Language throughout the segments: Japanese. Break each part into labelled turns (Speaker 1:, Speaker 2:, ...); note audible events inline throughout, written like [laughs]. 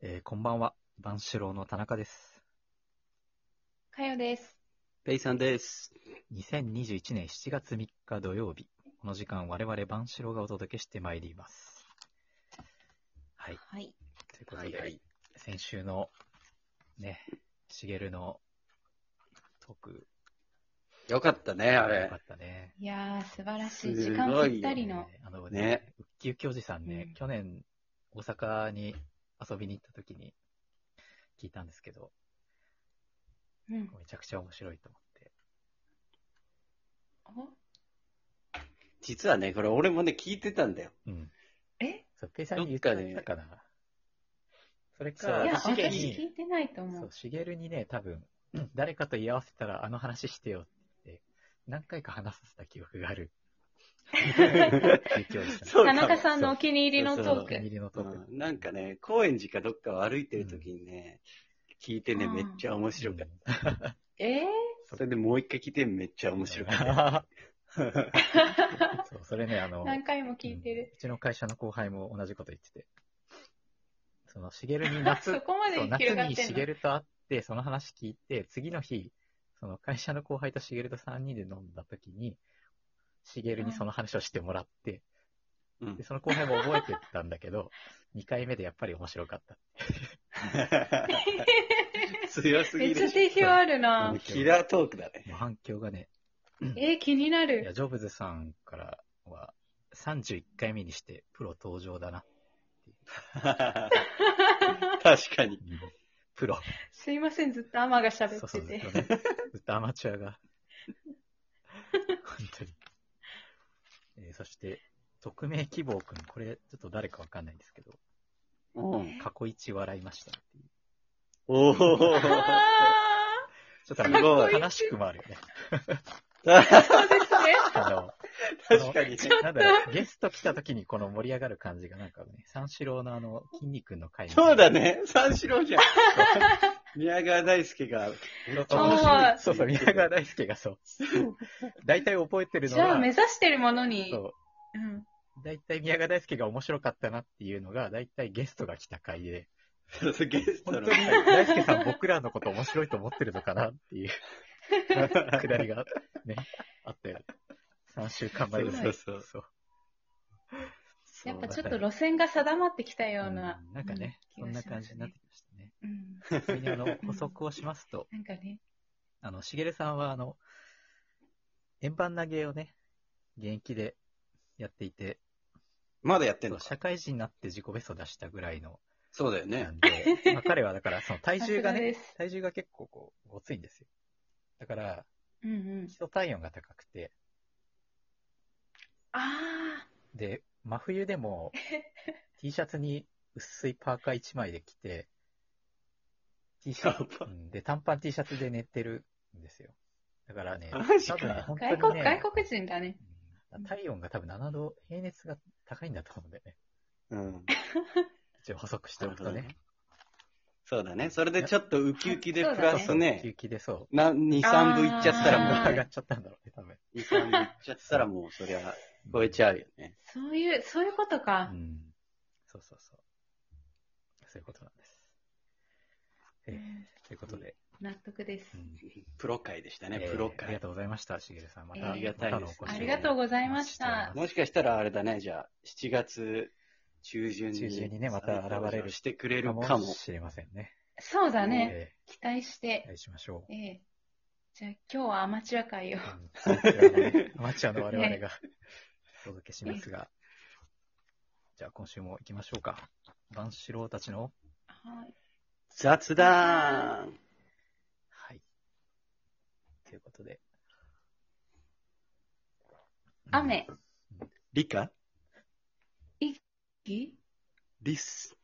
Speaker 1: えーこんばんは。万志郎の田中です。
Speaker 2: かよです。
Speaker 3: ペイさんです。
Speaker 1: 2021年7月3日土曜日、この時間我々万志郎がお届けしてまいります。はい。
Speaker 2: はい。
Speaker 1: ということで、。先週のね、しげるのトーク、
Speaker 3: よかったね、あ
Speaker 1: よ
Speaker 3: れ
Speaker 1: かっ。たね。
Speaker 2: いやー、素晴らしい。
Speaker 3: す
Speaker 2: 時
Speaker 3: ごいよ
Speaker 2: 間ぴったりの。
Speaker 1: ねあのね、
Speaker 3: ね
Speaker 1: ウッキウキおじさんね、
Speaker 2: うん
Speaker 1: 去年大阪に遊びに行った時に聞いたんですけど、
Speaker 2: うん。
Speaker 1: めちゃくちゃ面白いと思って。
Speaker 2: お
Speaker 3: 実はね、これ俺もね、聞いてたんだよ。
Speaker 1: うん。
Speaker 2: え
Speaker 1: そう、ペイさんに言っ
Speaker 3: ど
Speaker 1: た
Speaker 3: っかで
Speaker 1: かな。それ
Speaker 3: そ
Speaker 1: か、
Speaker 3: う
Speaker 2: いや、
Speaker 3: 私
Speaker 2: 私
Speaker 3: が
Speaker 2: 聞いてないと思
Speaker 1: そうう、。しげるにね、多分、誰かと言い合わせたら、あの話してよって、何回か話させた記憶があ
Speaker 3: [laughs]
Speaker 1: る。
Speaker 3: [laughs] そう
Speaker 2: 田
Speaker 3: かも
Speaker 2: 中さんのお気に入りの
Speaker 3: そう
Speaker 2: トー
Speaker 1: お気に
Speaker 2: ク。
Speaker 1: 入りのトーク
Speaker 3: うんなんかね、高円寺かどっかを歩いてる時にね、聞いてね、
Speaker 2: うん
Speaker 3: めっちゃ面白かっ
Speaker 1: うん
Speaker 2: えー
Speaker 3: た。それでもう一回聞いてめっちゃ面白かった。
Speaker 1: [laughs] そう、それね、あの、
Speaker 2: 何回も聞いて
Speaker 1: うん
Speaker 2: る。
Speaker 1: うちの会社の後輩も同じこと言ってて。その、しげるに夏、
Speaker 2: そこま
Speaker 1: そう
Speaker 2: で
Speaker 1: 夏
Speaker 2: 広がっ
Speaker 1: に
Speaker 2: て
Speaker 1: し
Speaker 2: ん
Speaker 1: げ
Speaker 2: の
Speaker 1: ると会って、その話聞いて、次の日、その会社の後輩としげると3人で飲んだ時に、しげるにその話をしてもらって、
Speaker 3: うん [laughs]
Speaker 1: で、その後輩も覚えてたんだけど、2回 [laughs] 目でやっぱり面白かった。
Speaker 3: 強す
Speaker 2: め
Speaker 3: ぎ
Speaker 2: っちゃ
Speaker 3: るしょ。
Speaker 2: 定評あるな
Speaker 3: うん。キラートークだ [laughs] ね。
Speaker 1: もう反響がね、
Speaker 2: えー、気にない
Speaker 1: や、
Speaker 2: る。
Speaker 1: ジョブズさんからは、31回目にしてプロ登場だな。
Speaker 3: 確かに。
Speaker 1: プロ。
Speaker 2: すいません、ずっとアマが
Speaker 1: そう
Speaker 2: 喋っ
Speaker 1: そ
Speaker 2: て
Speaker 1: う、ずってと。ね。ずっとアマチュアが。本当に。えーそして、匿名希望くん。これ、ちょっと誰かわかんないんですけど、
Speaker 3: うん
Speaker 1: 過去一笑いましたっていう。
Speaker 3: お
Speaker 2: あ
Speaker 3: ー。
Speaker 1: ちょっとあ
Speaker 3: すご
Speaker 1: の、
Speaker 3: い
Speaker 1: 悲しくもあるよね。
Speaker 2: [laughs] ーそうですね。
Speaker 1: あの、
Speaker 3: [laughs] 確かにね。
Speaker 1: なんだろう、ゲスト来た時にこの盛り上がる感じがなんかね、三四郎のあの、筋肉の回
Speaker 3: そうだ。ね。三四郎
Speaker 1: [laughs]
Speaker 3: じゃん。宮川大輔が、めっちゃ面白い。
Speaker 1: そうそう、宮川大輔がそう。大体覚えてるの
Speaker 2: じゃあ、
Speaker 1: が
Speaker 2: 目、指してるものに。
Speaker 1: そう、
Speaker 2: うん。
Speaker 1: 大体宮川大輔が面白かったなっていうのが、大体ゲストが来た回で、
Speaker 3: そうそうゲスト
Speaker 1: 本当
Speaker 3: の
Speaker 1: に。大輔さん僕らのこと面白いと思ってるのかなっていうくだりがね、あったよ
Speaker 3: [laughs]
Speaker 1: ね。3週間前ぐらい
Speaker 3: そうそう
Speaker 1: そう。
Speaker 2: やっぱちょっと路線が定まってきたような。
Speaker 1: うんなんかね、
Speaker 2: う
Speaker 1: そんな感
Speaker 2: 気
Speaker 1: じ
Speaker 2: がします
Speaker 1: になってきましたね。
Speaker 2: うん。
Speaker 1: ちなみにあの、補足をしますと、
Speaker 2: なんか
Speaker 1: [laughs]
Speaker 2: ね。
Speaker 1: あの、しげるさんは、あの、円盤投げをね、現役でやっていて、
Speaker 3: まだやってんの
Speaker 1: 社会人になって自己ベストを出したぐらいの、
Speaker 3: そうだよ
Speaker 1: な
Speaker 3: ね。
Speaker 1: んで、まあ彼はだから、その体重が
Speaker 2: [laughs] さす
Speaker 1: ね、
Speaker 2: がです
Speaker 1: 体重が結構こう、ごついんですよ。だから、
Speaker 2: うんうん
Speaker 1: 基。礎体温が高くて、
Speaker 2: あ
Speaker 1: で、真冬で
Speaker 2: [laughs]
Speaker 1: も、T シャツに薄いパーカー1枚で着て、T シャツ、
Speaker 3: やば
Speaker 1: うんで、短パン T シャツで寝てるんですよ。だからね、
Speaker 3: マジか
Speaker 1: 多分ね、本
Speaker 2: あ、
Speaker 1: 当に、ね
Speaker 2: 外、国、外国人だね。
Speaker 1: うん体温が多分7度、平熱が高いんだと思うんだよね。
Speaker 3: うん。
Speaker 1: 一応補足しておくとね。
Speaker 3: そうだね。それでちょっとウキウキで
Speaker 2: そう
Speaker 3: プ
Speaker 2: だ
Speaker 3: ラ
Speaker 2: ね
Speaker 3: ス
Speaker 1: 吸
Speaker 3: ね、
Speaker 1: 気でそう。
Speaker 3: な2、3部いっちゃったら
Speaker 2: あ
Speaker 3: も
Speaker 2: ー
Speaker 3: う
Speaker 1: 上がっ
Speaker 3: ね、
Speaker 1: ちゃったんだろうね、多分。
Speaker 3: 2、3部いっちゃったらもうそりゃ超えちゃうよね。
Speaker 2: そういう、そういうことか
Speaker 1: う。ん。そうそうそう。そういうことなんです。えーということで、
Speaker 2: 納得です
Speaker 1: う。ん
Speaker 3: プロ界でしたね、
Speaker 1: えー
Speaker 3: プロ
Speaker 1: ありが
Speaker 3: 界。
Speaker 1: とうございました、しげるさん。また、
Speaker 2: ありが
Speaker 3: たいです
Speaker 1: まのお越しを
Speaker 2: ありがとうございました。
Speaker 3: もしかしたらあれだね、じゃあ、7月中旬に。
Speaker 1: 中旬にねまた現れる
Speaker 3: してくれるかも。
Speaker 1: しれませんね。
Speaker 2: そうだね。
Speaker 1: え
Speaker 2: 期待し
Speaker 1: ー期
Speaker 2: て。
Speaker 1: 待しましょう
Speaker 2: え。えじゃあ今日はアマチュア会を。
Speaker 1: うんアマチュアの我々がお届けしますが、じゃあ今週も行きましょうか。万志郎たちの、
Speaker 2: はい。
Speaker 3: 雑談
Speaker 1: はい。ということで。
Speaker 2: 雨。
Speaker 3: 理科
Speaker 2: ぎ
Speaker 3: リス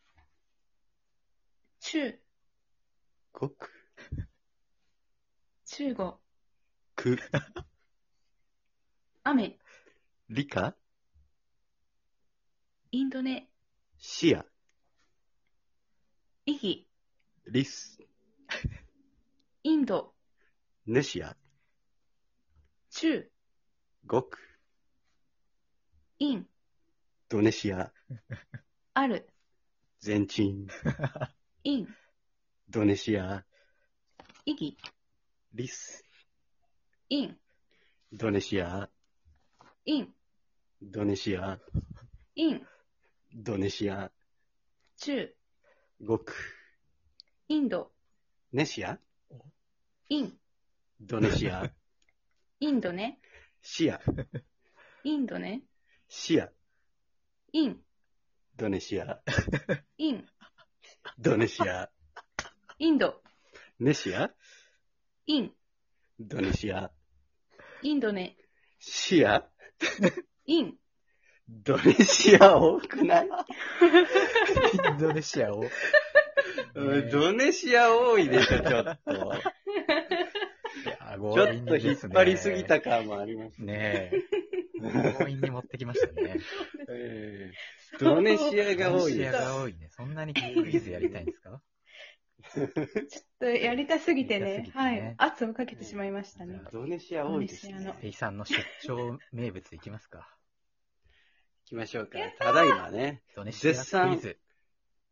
Speaker 2: 中、
Speaker 3: ごく
Speaker 2: 中語。
Speaker 3: く
Speaker 2: 雨、
Speaker 3: 理科
Speaker 2: インドネ、
Speaker 3: シア
Speaker 2: イギ、
Speaker 3: リス
Speaker 2: インド、
Speaker 3: ネシア
Speaker 2: 中、
Speaker 3: ごく
Speaker 2: イン、
Speaker 3: ドネシア
Speaker 2: ある。
Speaker 3: 全チン
Speaker 2: イン、
Speaker 3: ドネシア、
Speaker 2: イギ、
Speaker 3: リス、
Speaker 2: イン、
Speaker 3: ドネシア、
Speaker 2: イン、
Speaker 3: ドネシア、
Speaker 2: イン、
Speaker 3: ドネシア、
Speaker 2: 中、
Speaker 3: ゴク、
Speaker 2: インド、
Speaker 3: ネシア、
Speaker 2: イン、
Speaker 3: ドネシ [laughs] ア、
Speaker 2: インドね、
Speaker 3: シア、
Speaker 2: インドね、
Speaker 3: シア、
Speaker 2: イン、
Speaker 3: ドネシア、
Speaker 2: イン、
Speaker 3: ドネシア、
Speaker 2: インド、
Speaker 3: ネシア、
Speaker 2: イン、
Speaker 3: ドネシア、
Speaker 2: インドね、
Speaker 3: シア、
Speaker 2: イン、
Speaker 3: ドネシア多くない
Speaker 1: インドネシアを。
Speaker 3: うんドネシア多いでしょ、ちょっと。
Speaker 1: いや
Speaker 3: ちょっと引っ張りすぎ。た感もあります。
Speaker 1: ねえ。強引に持ってきました
Speaker 3: [laughs]
Speaker 1: ね。
Speaker 3: えードネシアが多
Speaker 1: ドネ
Speaker 3: い
Speaker 1: シ
Speaker 3: で
Speaker 1: [laughs] ア
Speaker 3: す。
Speaker 1: が多いね。そんなにクイズやりたいんですか
Speaker 2: ちょっとやりたすぎて
Speaker 1: やりたす
Speaker 2: ね
Speaker 1: ぎ、てね
Speaker 2: はい、圧をかけてしまいましたね。
Speaker 3: ドネシア多いですね。
Speaker 2: ドネシア
Speaker 3: 行
Speaker 2: の
Speaker 1: ペイさんの出張名物いきますか。
Speaker 3: きましょうか。ただいまね、
Speaker 1: ドネシ
Speaker 3: 絶
Speaker 1: ア
Speaker 3: 賛
Speaker 1: クイズ。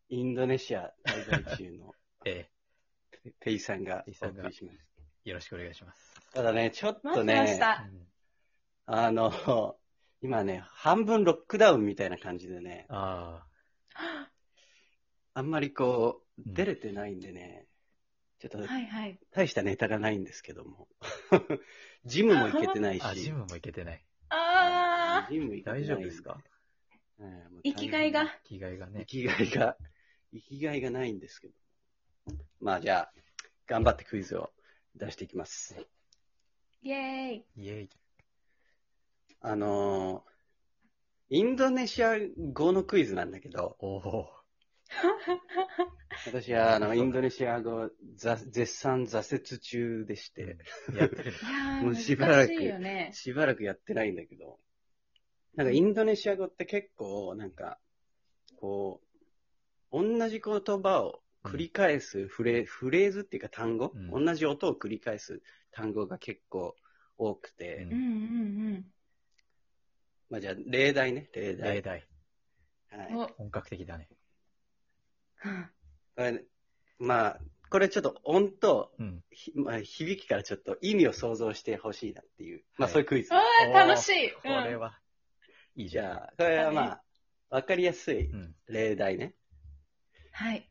Speaker 3: インドネシア滞在中の
Speaker 1: え
Speaker 3: ペイさんが
Speaker 1: ペイさ
Speaker 3: お
Speaker 1: んが
Speaker 3: 送りします。
Speaker 1: え、よろしくお願いします。
Speaker 3: ただね、ちょっ
Speaker 2: 待
Speaker 3: と
Speaker 2: ってまし
Speaker 3: ね、
Speaker 2: た。
Speaker 1: うん
Speaker 3: あの、今ね、半分ロックダウンみたいな感じでね、
Speaker 1: ああ。
Speaker 3: あんまりこ
Speaker 1: う
Speaker 3: う、
Speaker 1: ん
Speaker 3: 出れてないんでね、ちょっと
Speaker 2: はいはい。
Speaker 3: 大したネタがないんですけども。 [laughs] ジムも行けてない
Speaker 1: あ、ジ
Speaker 3: し。
Speaker 1: ムも行けてない。
Speaker 2: あ
Speaker 3: ジム行けてない
Speaker 1: 大丈夫ですか
Speaker 3: うんもう
Speaker 2: ー、生きがいが。
Speaker 1: 着替えがね
Speaker 3: 生。きがいが、 [laughs] 生きがいがないんですけど。まあじゃあ、頑張ってクイズを出していきます。
Speaker 2: イェーイ。
Speaker 1: イェイ。
Speaker 3: あのーインドネシア語のクイズなんだけど、
Speaker 1: おお。
Speaker 3: 私はあの、インドネシア語、ざ絶賛挫折中でして、
Speaker 1: やって [laughs] る
Speaker 2: いや
Speaker 3: もうし
Speaker 2: ー、
Speaker 3: ばら
Speaker 2: 難
Speaker 3: く
Speaker 2: しいよね。
Speaker 3: しばらくやってないんだけど、なんかインドネシア語って結構、なんか、こう、同じ言葉を繰り返すフレ,、フレーズっていうか単語、
Speaker 1: うん
Speaker 3: 同じ音を繰り返す単語が結構多くて、
Speaker 1: うん
Speaker 2: うんうん
Speaker 3: まあじゃあ例題ね、例
Speaker 1: の。例
Speaker 3: 題。
Speaker 1: 題。
Speaker 2: うん。
Speaker 3: はい、
Speaker 2: [laughs] お、
Speaker 1: 本格的だね。
Speaker 3: これねまあ、これちょっと音と、
Speaker 1: うん。
Speaker 3: ひまあ、響きからちょっと意味を想像してほしいなっていう、まあ
Speaker 1: はい
Speaker 3: そういうクイズ。
Speaker 2: あー楽しい。
Speaker 1: これは、いい
Speaker 3: じ
Speaker 1: じゃん。
Speaker 3: ゃあ、これはまあ、わかりやすい
Speaker 1: うん。
Speaker 3: 例題ね。
Speaker 2: うんはい。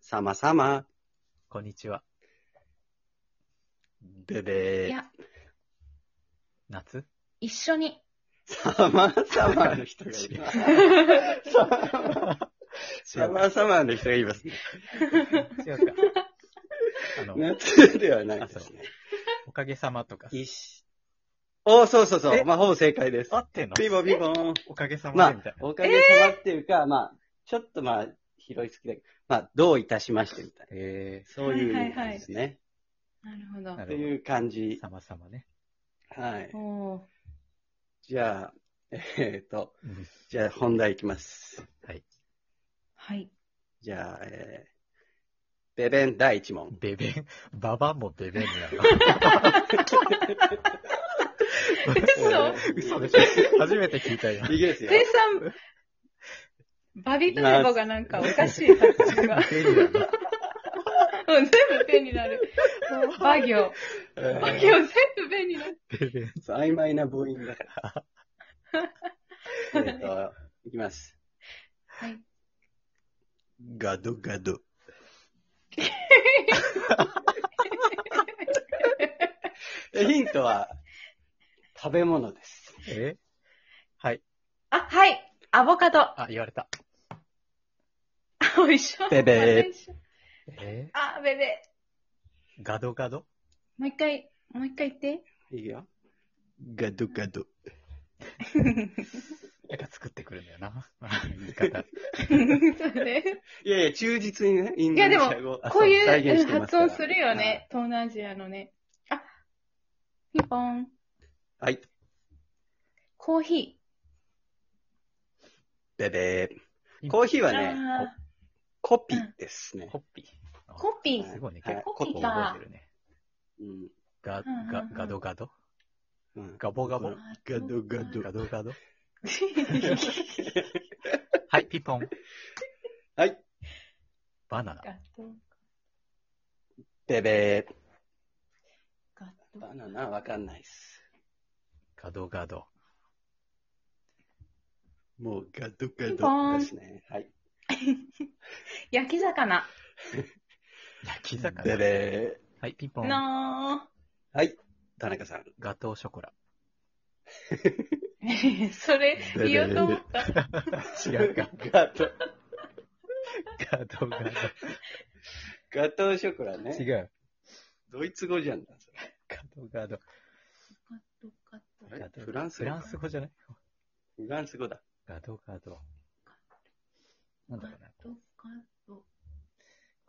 Speaker 3: さまさま。
Speaker 1: こんにちは。
Speaker 3: ベベ
Speaker 2: い
Speaker 3: ー。
Speaker 2: や、
Speaker 1: 夏
Speaker 2: 一緒に。
Speaker 3: サマーサマーの人がいます。サマーサマーの人がいますね。
Speaker 1: 違うか。あの、
Speaker 3: 夏ではないですね。
Speaker 1: おかげさまとか。
Speaker 3: 一おー、そうそうそ
Speaker 1: え
Speaker 3: う。まあ、ほぼ正解です
Speaker 1: 合。ってんの
Speaker 3: ピボピボーン。
Speaker 1: おかげさ
Speaker 3: ま
Speaker 1: まで
Speaker 3: あ
Speaker 1: みたい、な。
Speaker 3: おかげさまっていうか、まあ、ちょっとまあ、拾いつきだけど、まあ、どういたしましてみたいな。
Speaker 1: え
Speaker 3: そういう意
Speaker 2: はい
Speaker 3: 味
Speaker 2: はいはい
Speaker 3: ですね。
Speaker 2: なるほど
Speaker 1: ー、な
Speaker 3: とい
Speaker 1: る
Speaker 3: う感
Speaker 1: ほど。
Speaker 3: じ。
Speaker 1: さまさまね。
Speaker 3: はい。
Speaker 2: おー
Speaker 3: じゃあ、えっ、と、
Speaker 1: うん
Speaker 3: じゃあ本題いきます。
Speaker 2: はい。
Speaker 3: じゃあ、えー、ベベン第一問。
Speaker 1: ベベン、ババもベベンな
Speaker 2: 嘘
Speaker 1: の。嘘でしょ初めて聞いたよ。
Speaker 3: いきますよ
Speaker 2: ペ。イさん、バビとペボがなんかおかしい発音 [laughs] が。
Speaker 1: ベベンなの
Speaker 2: うん全部ペになる。バ行。
Speaker 3: え
Speaker 2: [laughs] バ行
Speaker 3: ー
Speaker 2: 全部ペになる。
Speaker 1: ベベン。
Speaker 3: そう曖昧な母音
Speaker 2: [laughs]
Speaker 3: だから。えっと、いきます。
Speaker 2: はい。
Speaker 3: ガドガド。えヒントは、食べ物です。
Speaker 1: えはい。
Speaker 2: あ、はい。アボカド。あ
Speaker 1: あ、言われた。
Speaker 2: 一緒。
Speaker 3: ベベ
Speaker 2: また一緒
Speaker 1: え
Speaker 2: あ、ベベ。
Speaker 1: ー、ガドガド
Speaker 2: もう一回、もう一回言
Speaker 3: [laughs]
Speaker 2: って。
Speaker 3: いいよ。ガドガド。
Speaker 1: [laughs] なんか作ってくるんだよな。言い方。
Speaker 2: そうね。
Speaker 3: いやいや、忠実にね、イン
Speaker 2: い
Speaker 3: ド
Speaker 2: や
Speaker 3: ネ
Speaker 2: で
Speaker 3: シ
Speaker 2: も
Speaker 3: ア語、
Speaker 2: こう
Speaker 3: あそ再
Speaker 2: いう
Speaker 3: 現し
Speaker 2: うん
Speaker 3: てま
Speaker 2: 発
Speaker 3: すから
Speaker 2: 音するよね。。東南アジアのね。あ、ピンポン。
Speaker 3: はい。
Speaker 2: コーヒ
Speaker 3: ベベー。コーヒー
Speaker 2: ー。
Speaker 3: は
Speaker 2: あ
Speaker 3: ね、
Speaker 2: あ
Speaker 3: コピですね。
Speaker 1: コッピー。
Speaker 2: ー、コピー。
Speaker 1: すごいね。
Speaker 3: はい
Speaker 1: 結構
Speaker 3: コ
Speaker 1: コ
Speaker 3: ピ
Speaker 1: ピ
Speaker 3: ー
Speaker 1: ー
Speaker 2: か
Speaker 1: 覚えてるね。
Speaker 3: うん
Speaker 1: ガ、
Speaker 2: うんうん
Speaker 1: ガ
Speaker 2: うん、
Speaker 1: ガドガド
Speaker 3: うん
Speaker 1: ガボガボ
Speaker 2: あ
Speaker 3: ガドガド
Speaker 1: ガドガド
Speaker 2: そうか
Speaker 1: はい、ピンポン。
Speaker 3: はい。
Speaker 1: バナナ。
Speaker 2: ガトー。
Speaker 3: ベベ
Speaker 2: ガト
Speaker 3: ー。
Speaker 2: ー
Speaker 3: バ。ナナわかんないっす。
Speaker 1: ガドガド。
Speaker 3: もうガドガ
Speaker 2: ピンポー
Speaker 3: ド
Speaker 2: ン
Speaker 3: ですね。はい。
Speaker 2: 焼き魚。
Speaker 1: 焼き魚。
Speaker 3: ベベ
Speaker 1: はい、ピンポン。
Speaker 2: の
Speaker 3: ー。はい。田中さん。
Speaker 1: ガトーショコラ。
Speaker 2: ー。 [laughs] それ、言おうと思った。
Speaker 1: 違うか。
Speaker 3: ガト、
Speaker 1: ガドガ
Speaker 3: ガトーショコラ
Speaker 1: ド。
Speaker 3: ね。
Speaker 1: 違う。
Speaker 3: ドイツ語じゃん。
Speaker 1: ガドガド。
Speaker 2: ガトガト
Speaker 3: あれ
Speaker 1: ガド
Speaker 3: フランス
Speaker 1: フ
Speaker 3: 語
Speaker 1: ラ
Speaker 3: か
Speaker 1: ンス語じゃない
Speaker 3: フランス語だ。 [laughs]
Speaker 1: ガドガド。なんだかな。
Speaker 2: ガト
Speaker 1: こ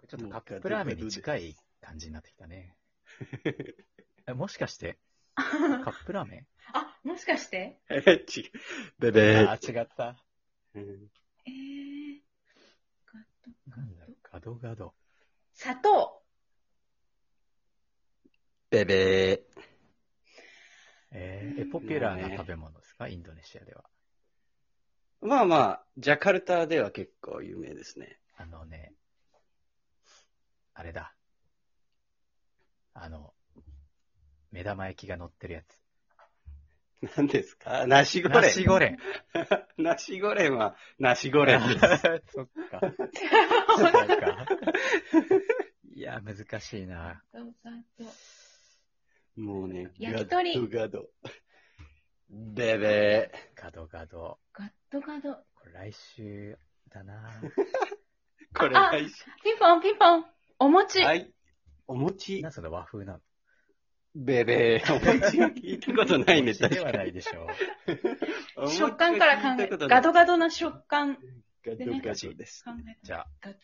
Speaker 1: れちょっとカップラーメンに近い感じになってきたね。えもしか [laughs] して、
Speaker 2: ガト。
Speaker 1: カップラーメ
Speaker 2: あ、もしかして
Speaker 3: え違う。ベ
Speaker 1: ン
Speaker 3: ベ
Speaker 1: あ
Speaker 3: ー。
Speaker 1: ー、違った。
Speaker 3: うん
Speaker 2: えー、ガト
Speaker 1: なんだろう、ガドガド。
Speaker 2: 砂糖。
Speaker 3: ベベ
Speaker 1: えー、えポピュラーな食べ物ですかインドネシアでは。
Speaker 3: ー。まあまあ、ジャカルタでは結構有名ですね。
Speaker 1: あのね、あれだ。あの、目玉焼きが乗ってるやつ。
Speaker 3: 何ですかナシゴレン。
Speaker 1: ナシゴレン。
Speaker 3: ナシゴレンは、ナシゴレンです。
Speaker 1: [laughs] そっか。そうか。いや、難しいな。
Speaker 2: ガトガト。
Speaker 3: もうね、
Speaker 2: 焼き鳥
Speaker 3: ガドガド。ベベ
Speaker 1: ガドガド。
Speaker 2: ガトガト。
Speaker 1: これ来週だ
Speaker 3: [laughs]
Speaker 1: な。
Speaker 3: ー。これ大事。
Speaker 2: ピンポンピンポン。お餅。
Speaker 3: はい。お餅
Speaker 1: な、、その和風なの。
Speaker 3: ベベー。お餅は聞いたことないね、
Speaker 1: 餅
Speaker 3: 確
Speaker 1: で
Speaker 3: か
Speaker 1: はな
Speaker 3: に
Speaker 1: い。でしょう。
Speaker 3: お餅は
Speaker 2: 食感から考
Speaker 3: 聞い
Speaker 2: え
Speaker 3: たこと、な
Speaker 2: ガ
Speaker 3: い
Speaker 2: ドガドな食感考
Speaker 3: ガドガドです。
Speaker 2: えた
Speaker 1: じゃあ、
Speaker 2: ガド